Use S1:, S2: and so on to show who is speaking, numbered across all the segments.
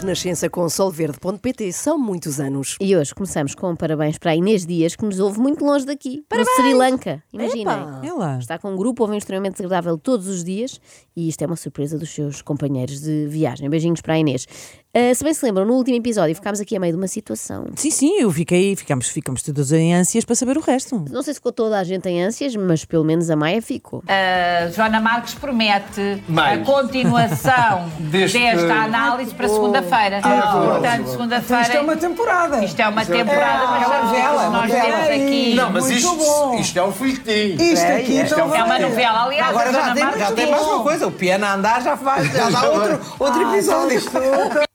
S1: Renascença com solverde.pt. São muitos anos.
S2: E hoje começamos com um parabéns para a Inês Dias, que nos ouve muito longe daqui, no Sri Lanka. Imaginem.
S1: Epa!
S3: É lá.
S2: Está com um grupo, ouve um extremamente desagradável todos os dias e isto é uma surpresa dos seus companheiros de viagem. Beijinhos para a Inês. Ah, se bem se lembram, no último episódio ficámos aqui a meio de uma situação.
S3: Sim, sim, eu fiquei, ficamos, ficamos todos em ânsias para saber o resto.
S2: Não sei se ficou toda a gente em ânsias, mas pelo menos a Maia ficou.
S4: Uh, Joana Marques promete
S5: Mais.
S4: a continuação
S5: Deste-
S4: desta análise para segunda-feira. Portanto, segunda-feira.
S6: Isto é uma temporada.
S4: isto é uma temporada,
S6: É uma
S4: mas já vimos
S6: novela, é
S4: que nós
S6: novela.
S4: temos aqui.
S5: Não, mas
S6: Muito
S5: isto,
S6: bom.
S5: isto é um folhetim.
S6: Isto aqui
S5: isto é
S6: então
S5: um
S6: vai.
S4: É uma novela. Aliás,
S7: Agora
S4: a
S7: já
S4: Joana
S7: tem,
S4: Marques
S6: um
S7: já tem mais uma coisa, o piano a andar já faz, já dá outro, outro episódio.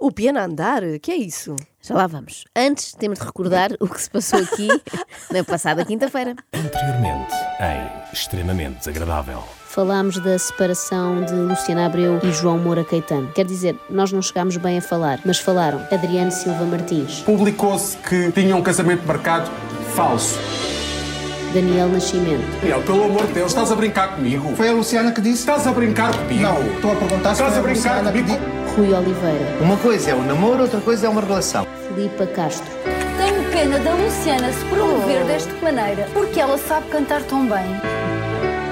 S1: O piano a andar, que é isso?
S2: Já lá vamos. Antes, temos de recordar o que se passou aqui na passada quinta-feira.
S8: Anteriormente, em Extremamente Desagradável.
S9: Falámos da separação de Luciana Abreu e João Moura Caetano. Quer dizer, nós não chegámos bem a falar, mas falaram Adriano Silva Martins,
S5: Publicou-se que tinha um casamento marcado falso.
S9: Daniel Nascimento,
S5: Miguel, pelo amor de Deus, estás a brincar comigo? Foi a Luciana que disse. Estás a brincar comigo? Não, estou a perguntar se Estás a brincar comigo?
S9: Rui Oliveira,
S7: Uma coisa é o namoro, outra coisa é uma relação.
S9: Filipa Castro,
S10: Tenho pena da Luciana se promover desta maneira, porque ela sabe cantar tão bem.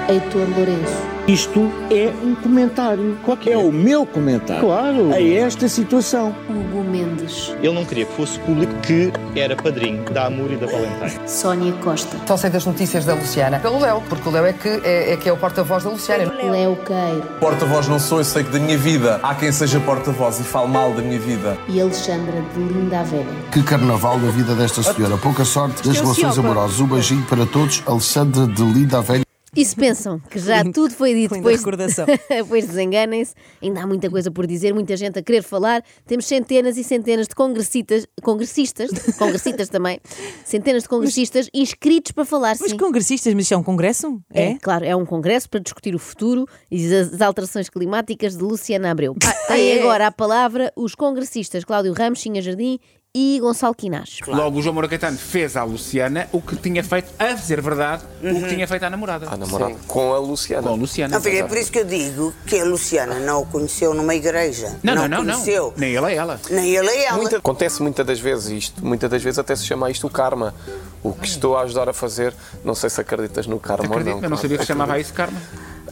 S9: Heitor Lourenço,
S11: Isto é um comentário. qualquer. É o meu comentário. Claro. A esta situação.
S9: Hugo Mendes,
S11: Ele não queria que fosse público que era padrinho da Amor e da Valentine.
S9: Sónia Costa,
S6: Só sei das notícias da Luciana pelo Léo, porque o Léo é que é, é que é o porta-voz da Luciana.
S9: Léo Queiro
S7: Porta-voz não sou, eu sei que da minha vida há quem seja porta-voz e fale mal da minha vida.
S9: e Alexandra de Linda a Velha.
S5: Que carnaval da vida desta senhora. Pouca sorte das relações amorosas. Um beijinho para todos. Alexandre de Lida Velha.
S2: E se pensam que já tudo foi dito
S3: linda
S2: depois,
S3: recordação.
S2: depois desenganem-se, ainda há muita coisa por dizer, muita gente a querer falar. Temos centenas e centenas de congressitas, congressistas, congressistas também, centenas de congressistas inscritos para falar,
S3: Mas
S2: sim.
S3: congressistas, mas isto é um congresso?
S2: É, claro, é um congresso para discutir o futuro e as as alterações climáticas de Luciana Abreu.
S3: Ah,
S2: Tem
S3: é.
S2: agora a palavra os congressistas Cláudio Ramos, Xinha Jardim e Gonçalo Quinás.
S5: Logo, o João Moura Caetano fez à Luciana o que tinha feito, a dizer verdade, o que tinha feito à namorada. À namorada.
S7: Com a Luciana.
S5: Com a Luciana.
S6: isso que eu digo que a Luciana não o conheceu numa igreja.
S5: Não, não, não, não. Nem ele é ela.
S6: Nem ele é ela.
S7: Acontece muitas das vezes isto, muitas das vezes até se chama isto o karma. O que estou a ajudar a fazer, não sei se acreditas no karma
S5: Acredito,
S7: ou
S5: mas
S7: não.
S5: não sabia que se chamava isso Carmen.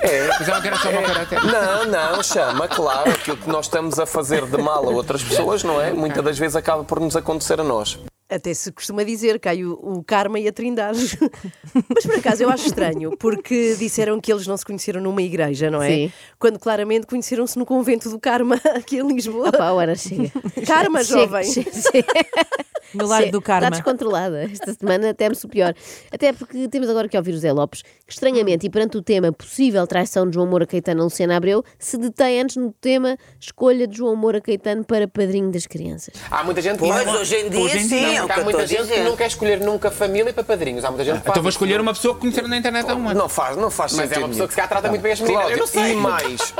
S5: É. Pensava que era só o meu caráter.
S7: Não, não, chama, claro, aquilo que nós estamos a fazer de mal a outras pessoas, não é? Muitas das vezes acaba por nos acontecer a nós.
S1: Até se costuma dizer, cai o, o karma e a trindade. Mas por acaso eu acho estranho, porque disseram que eles não se conheceram numa igreja, não é?
S2: Sim.
S1: Quando claramente conheceram-se no convento do karma aqui em Lisboa.
S2: Opa, ora chega.
S1: Karma,
S2: Chega,
S1: jovem.
S2: chega, chega.
S3: No lar
S2: Sim,
S3: do karma.
S2: Está descontrolada. Esta semana temos-se pior. Até porque temos agora que ouvir o Zé Lopes, que estranhamente e perante o tema possível traição de João Moura Caetano a Luciana Abreu, se detém antes no tema escolha de João Moura Caetano para padrinho das crianças.
S7: Há muita gente que
S6: Pois,
S7: não-
S6: hoje em dia
S7: Hoje
S6: sim,
S7: não,
S6: é o
S7: porque
S6: que
S7: há
S6: eu
S7: muita
S6: estou a
S7: gente que
S6: dizer.
S7: não quer escolher nunca família para padrinhos. Há muita gente que faz
S5: Então vou
S7: isso.
S5: escolher uma pessoa que conheceram na internet há um ano.
S7: Não faz, não faz
S5: Mas
S7: sentido
S5: é uma pessoa
S7: nenhum.
S5: que se calhar trata muito bem as
S7: Cláudia,
S5: meninas. Eu não sei.
S7: E mais,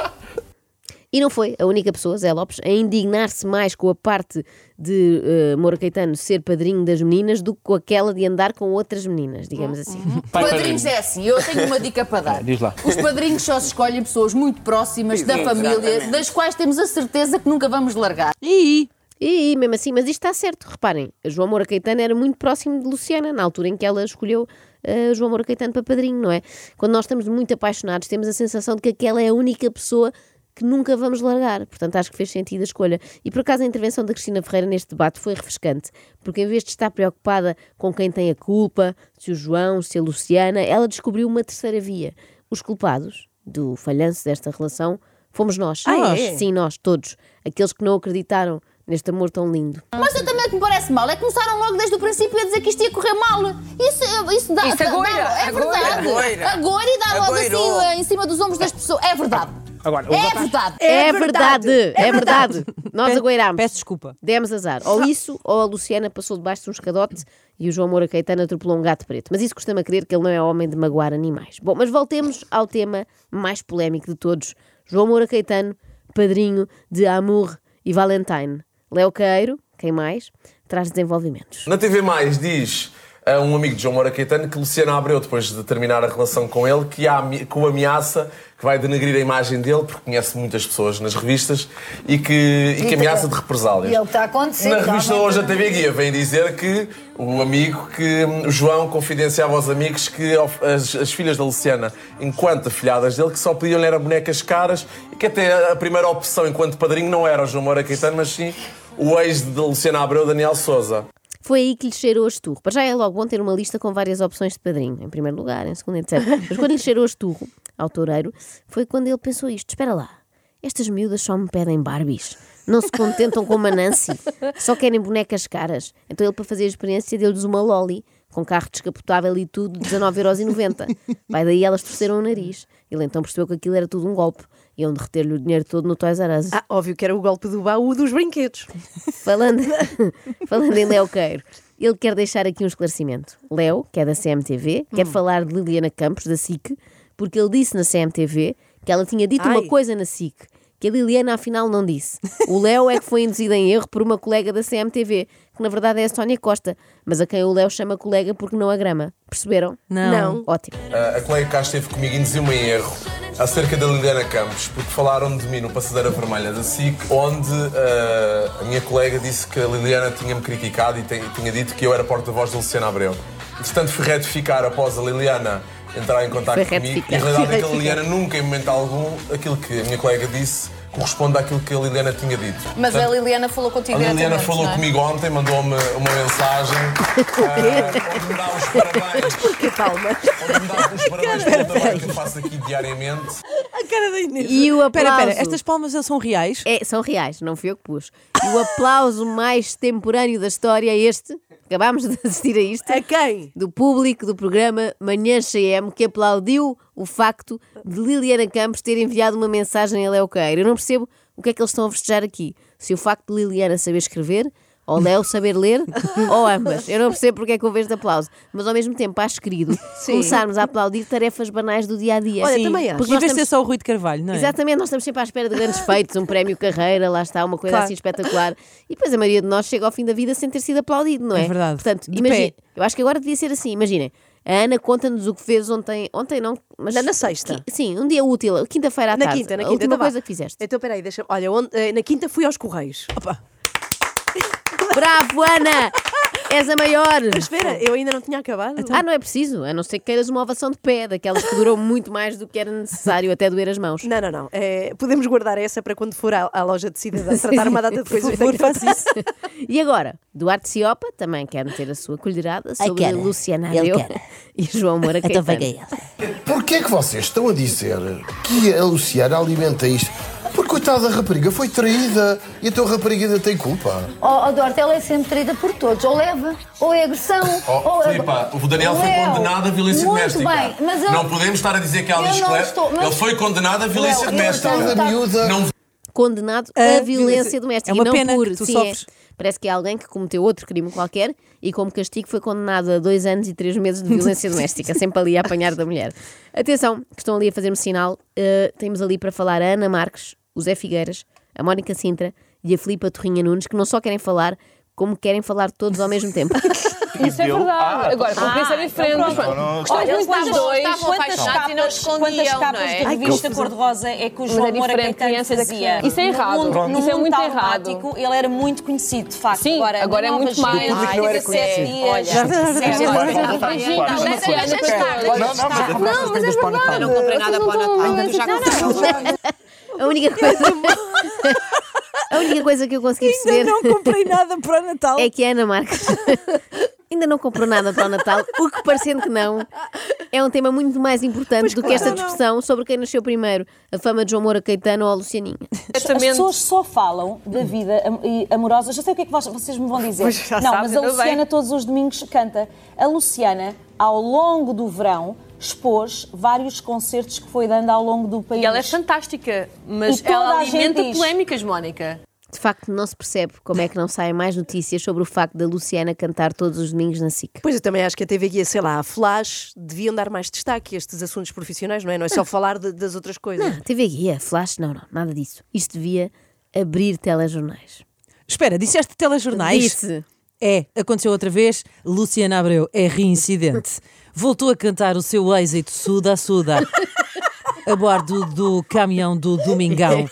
S2: E não foi a única pessoa, Zé Lopes, a indignar-se mais com a parte de eh, Moura Caetano ser padrinho das meninas do que com aquela de andar com outras meninas,
S3: Hum,
S2: digamos assim.
S4: Padrinhos é assim, eu tenho uma dica para dar.
S5: diz lá.
S4: Os padrinhos só se escolhem pessoas muito próximas da família, das quais temos a certeza que nunca vamos largar.
S3: E
S2: E, e, mesmo assim, mas isto está certo, reparem, a João Moura Caetano era muito próximo de Luciana, na altura em que ela escolheu eh, João Moura Caetano para padrinho, não é? Quando nós estamos muito apaixonados, temos a sensação de que aquela é a única pessoa que nunca vamos largar, portanto acho que fez sentido a escolha. E por acaso a intervenção da Cristina Ferreira neste debate foi refrescante, porque em vez de estar preocupada com quem tem a culpa, se o João, se a Luciana, ela descobriu uma terceira via. Os culpados do falhanço desta relação fomos nós.
S3: Ah, é?
S2: Sim, Sim, nós, todos. Aqueles que não acreditaram neste amor tão lindo.
S10: Mas eu também o que me parece mal é que começaram logo desde o princípio a dizer que isto ia correr mal. Isso, eh, isso dá.
S4: Isso
S10: dá-
S4: agora,
S10: dá- é
S4: agora.
S10: verdade.
S6: Agora.
S10: Agora e dá
S12: É
S10: logo
S6: Agora.
S10: assim eh, em cima dos ombros das pessoas. É verdade.
S5: Agora,
S10: É verdade.
S2: É, verdade, é verdade. Nós agueirámos.
S3: Peço desculpa.
S2: Demos azar. Ou isso, ou a Luciana passou debaixo de um escadote e o João Moura Caetano atropelou um gato preto. Mas isso costuma crer que ele não é homem de magoar animais. Bom, mas voltemos ao tema mais polémico de todos. João Moura Caetano, padrinho de Amour e Valentine. Léo Queiro, quem mais, traz desenvolvimentos.
S7: Na TV Mais diz
S12: a um amigo de João Moura Caetano que Luciana Abreu, depois de terminar a relação com ele, que, a, ami- que o ameaça que vai denegrir a imagem dele, porque conhece muitas pessoas nas revistas, e que, e que
S13: E
S12: ameaça
S13: ele-
S12: de represálias.
S13: E ele está a acontecer.
S12: Na revista
S13: realmente.
S12: hoje a TV Guia vem dizer que o amigo que o João confidenciava aos amigos que of- as, as filhas da Luciana, enquanto afilhadas dele, que só podiam lhe eram bonecas caras e que até a primeira opção enquanto padrinho não era o João Moura Caetano, mas sim o ex de Luciana Abreu, Daniel Souza.
S2: Foi aí que lhe cheirou as turro. Para já é logo bom ter uma lista com várias opções de padrinho, em primeiro lugar, em segundo, etc. Mas quando lhe cheirou as turro, ao toureiro, foi quando ele pensou isto: espera lá, estas miúdas só me pedem Barbies. Não se contentam com uma Nancy, só querem bonecas caras. Então ele, para fazer a experiência, deu-lhes uma Loli, com carro descapotável e tudo, 19,90€. Vai daí elas torceram o nariz. Ele então percebeu que aquilo era tudo um golpe. Iam derreter-lhe o dinheiro todo no Toys R Us.
S1: Ah, óbvio que era o golpe do baú dos brinquedos.
S2: Falando, falando em Léo Queiro, ele quer deixar aqui um esclarecimento. Léo, que é da CMTV, quer falar de Liliana Campos, da SIC, porque ele disse na CMTV que ela tinha dito
S1: Ai.
S2: uma coisa na SIC, que a Liliana afinal não disse. O Léo é que foi induzido em erro por uma colega da CMTV, que na verdade é a Sónia Costa, mas a quem o Léo chama colega porque não a grama. Perceberam?
S12: Não.
S2: Ótimo.
S12: Eh, A, a colega cá esteve comigo e induziu-me em erro acerca da Liliana Campos, porque falaram de mim no Passadeira Vermelha da SIC, onde ah, a minha colega disse que a Liliana tinha-me criticado e te- tinha dito que eu era porta-voz da Luciana Abreu. Portanto, fui retificar após a Liliana entrar em contato
S2: Foi
S12: comigo
S2: retificar.
S12: e, na
S2: Foi
S12: realidade, é que a
S2: retificar.
S12: Liliana nunca, em momento algum, aquilo que a minha colega disse corresponde àquilo que a Liliana tinha dito.
S13: Mas a
S12: Portanto,
S13: Liliana falou contigo
S12: a Liliana
S13: diretamente,
S12: falou
S13: não é?
S12: comigo ontem, mandou-me uma mensagem. ah, onde me dá os parabéns.
S1: Porquê, Palma?
S12: Os parabéns
S10: é
S12: pelo trabalho que eu faço aqui diariamente.
S1: A cara da Inês.
S2: E o aplauso.
S3: Espera, espera, estas palmas são reais?
S2: É, são reais, não fui eu que pus. E o aplauso mais extemporâneo da história é este. Acabámos de assistir a isto. A
S1: quem?
S2: Do público do programa Manhã CM, que aplaudiu o facto de Liliana Campos ter enviado uma mensagem a Léo Queiro. Eu não percebo o que é que eles estão a festejar aqui. Se o facto de Liliana saber escrever, ou Léo saber ler, ou ambas. Eu não percebo porque é que houve este aplauso. Mas ao mesmo tempo, acho querido começarmos a aplaudir tarefas banais do dia a dia.
S3: Sim, Porque em vez de ser só o Rui de Carvalho, não é?
S2: Exatamente, nós estamos sempre à espera de grandes feitos, um prémio carreira, lá está, uma coisa
S3: Claro.
S2: assim espetacular. E depois a maioria de nós chega ao fim da vida sem ter sido aplaudido, não é?
S3: É verdade.
S2: Portanto,
S3: De
S2: imagina,
S3: pé.
S2: eu acho que agora devia ser assim, imaginem. A Ana conta-nos o que fez ontem, ontem não, mas na sexta. sim, um dia útil, quinta-feira à
S1: Na
S2: tarde.
S1: quinta, na
S2: a
S1: quinta.
S2: última
S1: então vá.
S2: coisa que fizeste.
S1: Então, peraí, deixa Olha, onde- eh, na quinta fui aos Correios.
S3: Opa.
S2: Bravo, Ana! És a maior!
S1: Mas espera, eu ainda não tinha acabado.
S2: Ah, não é preciso, a não ser que queiras uma ovação de pé, daquelas que durou muito mais do que era necessário, até doer as mãos.
S1: Não, não, não. Eh, podemos guardar essa para quando for à, à loja de cidadãos tratar uma data de
S2: Por
S1: coisas.
S2: favor,
S1: daquela-
S2: faça isso. E agora, Duarte Ciopa também quer meter a sua colherada
S5: Ai,
S2: sobre
S5: quero.
S2: Luciana
S5: Ele
S2: Abreu
S5: quer.
S2: e João Moura
S5: Então
S2: Caetano.
S5: venha Porquê é que vocês estão a dizer que a Luciana alimenta isto? Porque coitada da rapariga foi traída e então a rapariga ainda tem culpa.
S10: Oh, oh Dorte, ela é sempre traída por todos. Ou leva, ou é agressão.
S12: Oh,
S10: ou é-
S12: Filipa, o Daniel foi
S10: Léo,
S12: condenado a violência
S10: muito
S12: doméstica.
S10: Bem, mas eu...
S12: Não podemos estar a dizer que ela
S10: Eu
S12: diz
S10: não
S12: que
S10: estou, mas-
S12: ele foi condenado a violência
S10: Léo, eu
S12: doméstica.
S10: estou- Da miúda.
S12: Não
S2: Condenado
S3: A
S2: a
S3: violência.
S2: violência doméstica.
S3: É uma
S2: e não
S3: pena
S2: por,
S3: que tu
S2: sim,
S3: sofres.
S2: é. Parece que é alguém que cometeu outro crime qualquer e, como castigo, foi condenado a dois anos e três meses de violência doméstica, sempre ali a apanhar da mulher. Atenção, que estão ali a fazer-me sinal. Uh, temos ali para falar a Ana Marques, o Zé Figueiras, a Mónica Sintra e a Filipa Torrinha Nunes, que não só querem falar, como querem falar todos ao mesmo tempo.
S14: Isso é verdade. Agora, vão pensar em frente. mas pronto. Gostamos
S15: Olha,
S14: muito dos
S15: quantas-
S14: dois.
S15: estavam
S14: Quantas
S15: apaixonados e não
S14: capas, quantas
S15: escondiam,
S14: capas
S15: não
S14: de
S15: é? Ai, que
S14: revista
S15: confusão.
S14: cor-de-rosa é que o
S15: Mas
S14: João
S15: é
S14: Moura
S15: diferente,
S14: Caetano
S15: crianças é que
S14: fazia?
S15: são. Isso é errado.
S14: No mundo,
S15: Isso é muito errado.
S14: traumático, Ele era muito conhecido, de facto. Sim, agora,
S15: agora é
S14: no
S15: muito
S14: Nova
S15: mais.
S14: Jerusalém,
S15: Ai, não era
S14: 17
S15: conhecido.
S14: dias,
S15: Olha, já- já-
S14: zero.
S15: já- já- já- já-
S14: Imagina,
S15: já- já-
S14: Luciana, depois tu-
S15: já- já- já- já- já- já- já-
S14: Não, mas é verdade.
S15: Eu não comprei nada para o Natal.
S2: Vocês não
S15: Já
S2: estão a
S15: comprei.
S2: A única coisa. A única coisa que eu consegui perceber.
S3: não comprei nada para o Natal.
S2: É que a Ana Marques ainda não comprou nada para o Natal, o que parecendo que não. É um tema muito mais importante do que
S14: claro.
S2: esta
S14: Não, não.
S2: discussão sobre quem nasceu primeiro, a fama de João Moura Caetano ou a Lucianinha.
S14: As pessoas só falam da
S15: Hum.
S14: vida am- e amorosa. Já sei o que é que vós- vocês me vão dizer.
S2: Pois já
S14: não,
S2: sabes,
S14: mas a
S2: ainda
S14: Luciana
S2: bem.
S14: todos os domingos canta. A Luciana, ao longo do verão, expôs vários concertos que foi dando ao longo do país.
S15: E ela é fantástica,
S14: E
S15: mas
S14: toda
S15: ela
S14: a gente
S15: alimenta
S14: diz.
S15: polémicas, Mónica.
S2: De facto, não se percebe como é que não saem mais notícias sobre o facto da Luciana cantar todos os domingos na SIC.
S1: Pois eu também acho que a TV Guia, sei lá, a Flash deviam dar mais destaque a estes assuntos profissionais, não é? Não é só
S2: Ah.
S1: falar de- das outras coisas.
S2: Não, TV Guia, Flash, não, não, nada disso. Isto devia abrir telejornais.
S3: Espera, disseste telejornais?
S2: Disse.
S3: É, aconteceu outra vez, Luciana Abreu é reincidente. Voltou a cantar o seu êxito Suda Suda, a bordo do caminhão do Domingão.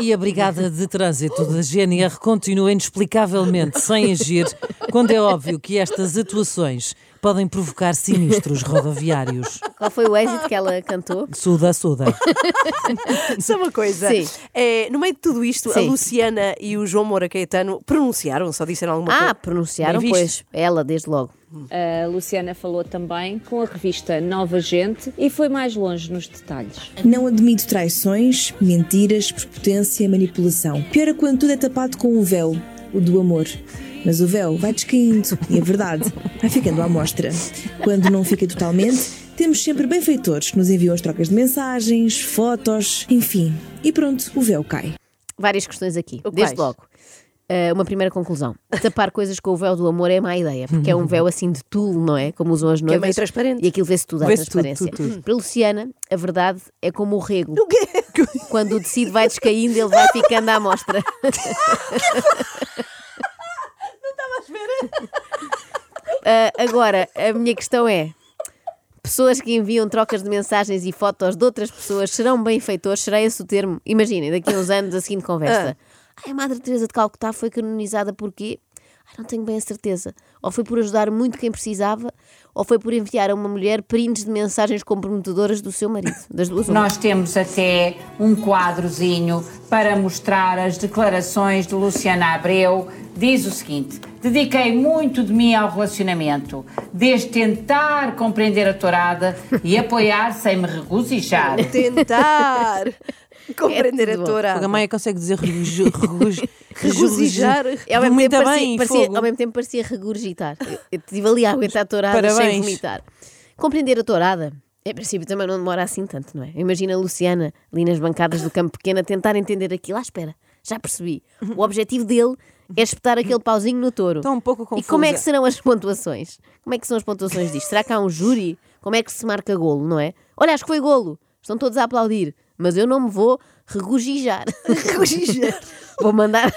S3: E a Brigada de Trânsito da GNR continua inexplicavelmente sem agir, quando é óbvio que estas atuações podem provocar sinistros rodoviários.
S2: Qual foi o êxito que ela cantou?
S3: Suda Suda.
S1: Só uma coisa.
S2: Sim.
S1: É, no meio de tudo isto, a
S2: Sim.
S1: Luciana e o João Moura Caetano pronunciaram, só disseram alguma coisa.
S2: Ah, pronunciaram,
S1: Bem
S2: pois. Ela, desde logo.
S13: A Luciana falou também com a revista Nova Gente e foi mais longe nos detalhes.
S16: Não admito traições, mentiras, prepotência, manipulação. Pior é quando tudo é tapado com o véu, o do amor. Mas o véu vai descaindo e a verdade vai ficando à mostra. Quando não fica totalmente, temos sempre benfeitores que nos enviam as trocas de mensagens, fotos, enfim. E pronto, o véu cai.
S2: Várias questões aqui, desde
S16: quais?
S2: logo. Eh, uma primeira conclusão. Tapar coisas com o véu do amor é má ideia, porque é um véu assim de tule, não é? Como usam as
S1: meio
S2: noivas.
S1: transparente.
S2: E aquilo vê-se tudo à
S1: Vê-se tudo,
S2: transparência.
S1: tudo, tudo.
S2: Para Luciana, a verdade é como o rego. O quê? Quando o tecido vai descaindo, ele vai ficando à mostra. Ah, agora, a minha questão é: pessoas que enviam trocas de mensagens e fotos de outras pessoas serão benfeitores? Será esse o termo? Imaginem, daqui a uns anos, a seguinte conversa. Ah. Ai, a Madre Teresa de Calcutá foi canonizada porque. Ai, não tenho bem a certeza. Ou foi por ajudar muito quem precisava, ou foi por enviar a uma mulher prints de mensagens comprometedoras do seu marido. Das duas, uma.
S17: Nós temos até um quadrozinho para mostrar as declarações de Luciana Abreu. Diz o seguinte: dediquei muito de mim ao relacionamento, desde tentar compreender a tourada e apoiar sem me regozijar.
S1: Tentar É compreender a tourada.
S3: A Maia consegue dizer regojo- regojo-
S2: Ao mesmo,
S3: Muito
S2: tempo
S3: bem,
S2: parecia, parecia,
S3: fogo.
S2: ao mesmo tempo parecia regurgitar. Eu estive ali a aguentar touradas sem
S3: Parabéns.
S2: vomitar. Compreender a tourada, em princípio, também não demora assim tanto, não é? Imagina a Luciana ali nas bancadas do campo pequeno a tentar entender aquilo. Ah, espera, já percebi. O objetivo dele é espetar aquele pauzinho no touro.
S3: Estou um pouco
S2: E como é que
S3: confusa.
S2: serão as pontuações? Como é que são as pontuações disto? Será que há um júri? Como é que se marca golo, não é? Olha, acho que foi golo. Estão todos a aplaudir. Mas eu não me vou regozijar. Regozijar. vou mandar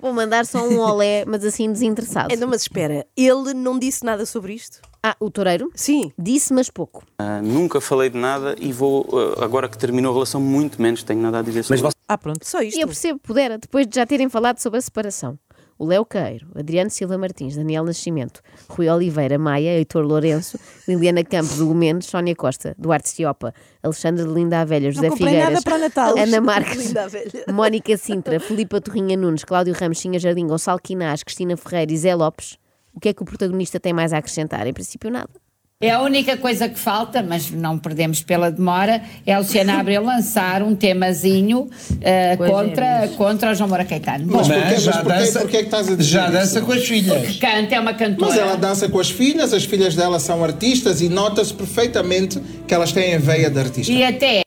S2: vou mandar só um olé, mas assim desinteressado.
S1: Então, mas espera, ele não disse nada sobre isto?
S2: Ah, o toureiro?
S1: Sim.
S2: Disse, mas pouco.
S18: Ah, nunca falei de nada e vou, ah, agora que terminou a relação, muito menos tenho nada a dizer sobre isso.
S3: Ah, pronto.
S1: Só isto.
S2: E eu percebo, pudera, depois de já terem falado sobre a separação. O Léo Queiro, Adriano Silva Martins, Daniel Nascimento, Rui Oliveira Maia, Heitor Lourenço, Liliana Campos, Hugo Mendes, Sónia Costa, Duarte Ciopa, Alexandre de Linda a Velha, José
S1: comprei
S2: Figueiras,
S1: nada para Natal.
S2: Ana Marques,
S1: Linda a Velha.
S2: Mónica Sintra, Filipa Torrinha Nunes, Cláudio Ramos, Xinha Jardim, Gonçalo Quinás, Cristina Ferreira e Zé Lopes. O que é que o protagonista tem mais a acrescentar? Em princípio, nada.
S17: É a única coisa que falta, mas não perdemos pela demora, é a Luciana Abreu lançar um temazinho eh, contra, contra o João Moura Caetano.
S19: é, Mas porquê-
S7: é
S19: mas porquê- porquê
S5: é
S19: que estás a dizer
S17: já
S19: isso?
S17: dança
S19: com as filhas.
S17: Porque canta, é uma cantora.
S19: Mas ela dança com as filhas, as filhas dela são artistas e nota-se perfeitamente que elas têm a veia de artista.
S17: E até.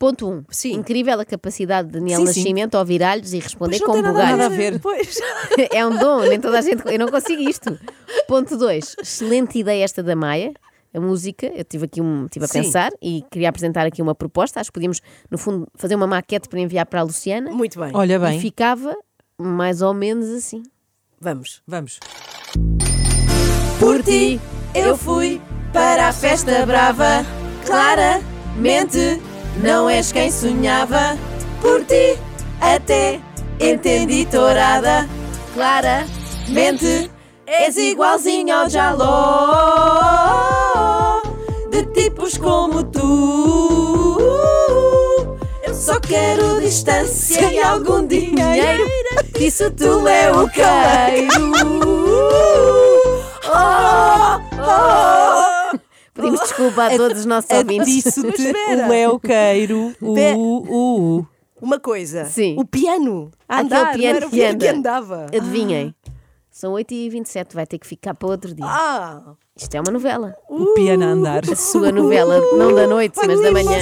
S2: Ponto 1. Um. Incrível a capacidade de Daniel
S19: Sim, sim.
S2: Nascimento ao virar-lhes e responder
S1: Pois não
S2: com
S1: tem nada-
S2: bugalhos.
S1: nada a ver. Pois.
S2: É um dom, nem toda a gente. Eu não consigo isto. Ponto 2. Excelente ideia esta da Maia. A música, eu estive aqui um, tive a
S1: Sim.
S2: pensar e queria apresentar aqui uma proposta. Acho que podíamos, no fundo, fazer uma maquete para enviar para a Luciana.
S1: Muito bem.
S3: Olha bem.
S2: E ficava mais ou menos assim.
S1: Vamos.
S3: Vamos.
S1: Por ti eu fui para a festa brava. Claramente não és quem sonhava. Por ti até entendi tourada. Claramente és igualzinho ao Jaló. Oh, De tipos como tu. Eu só quero distância e algum dinheiro. Isso tu é o queiro.
S2: Pedimos desculpa a todos os nossos ouvintes.
S3: Disse-te o Léo Queiro. O,
S1: Pe-
S3: o, o.
S1: Uma coisa.
S2: Sim.
S1: O piano. A
S2: Aquele
S1: andar,
S2: piano
S1: não era o
S2: que
S1: piano que
S2: anda.
S1: andava.
S2: Adivinhem. São 8h27, vai ter que ficar para outro dia.
S1: Ah.
S2: Isto é uma novela.
S3: O piano a andar.
S2: A sua novela, não da noite, mas da manhã.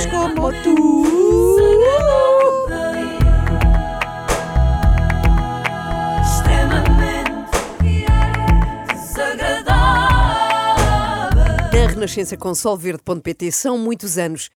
S1: Da Renascença com Solverde.pt são muitos anos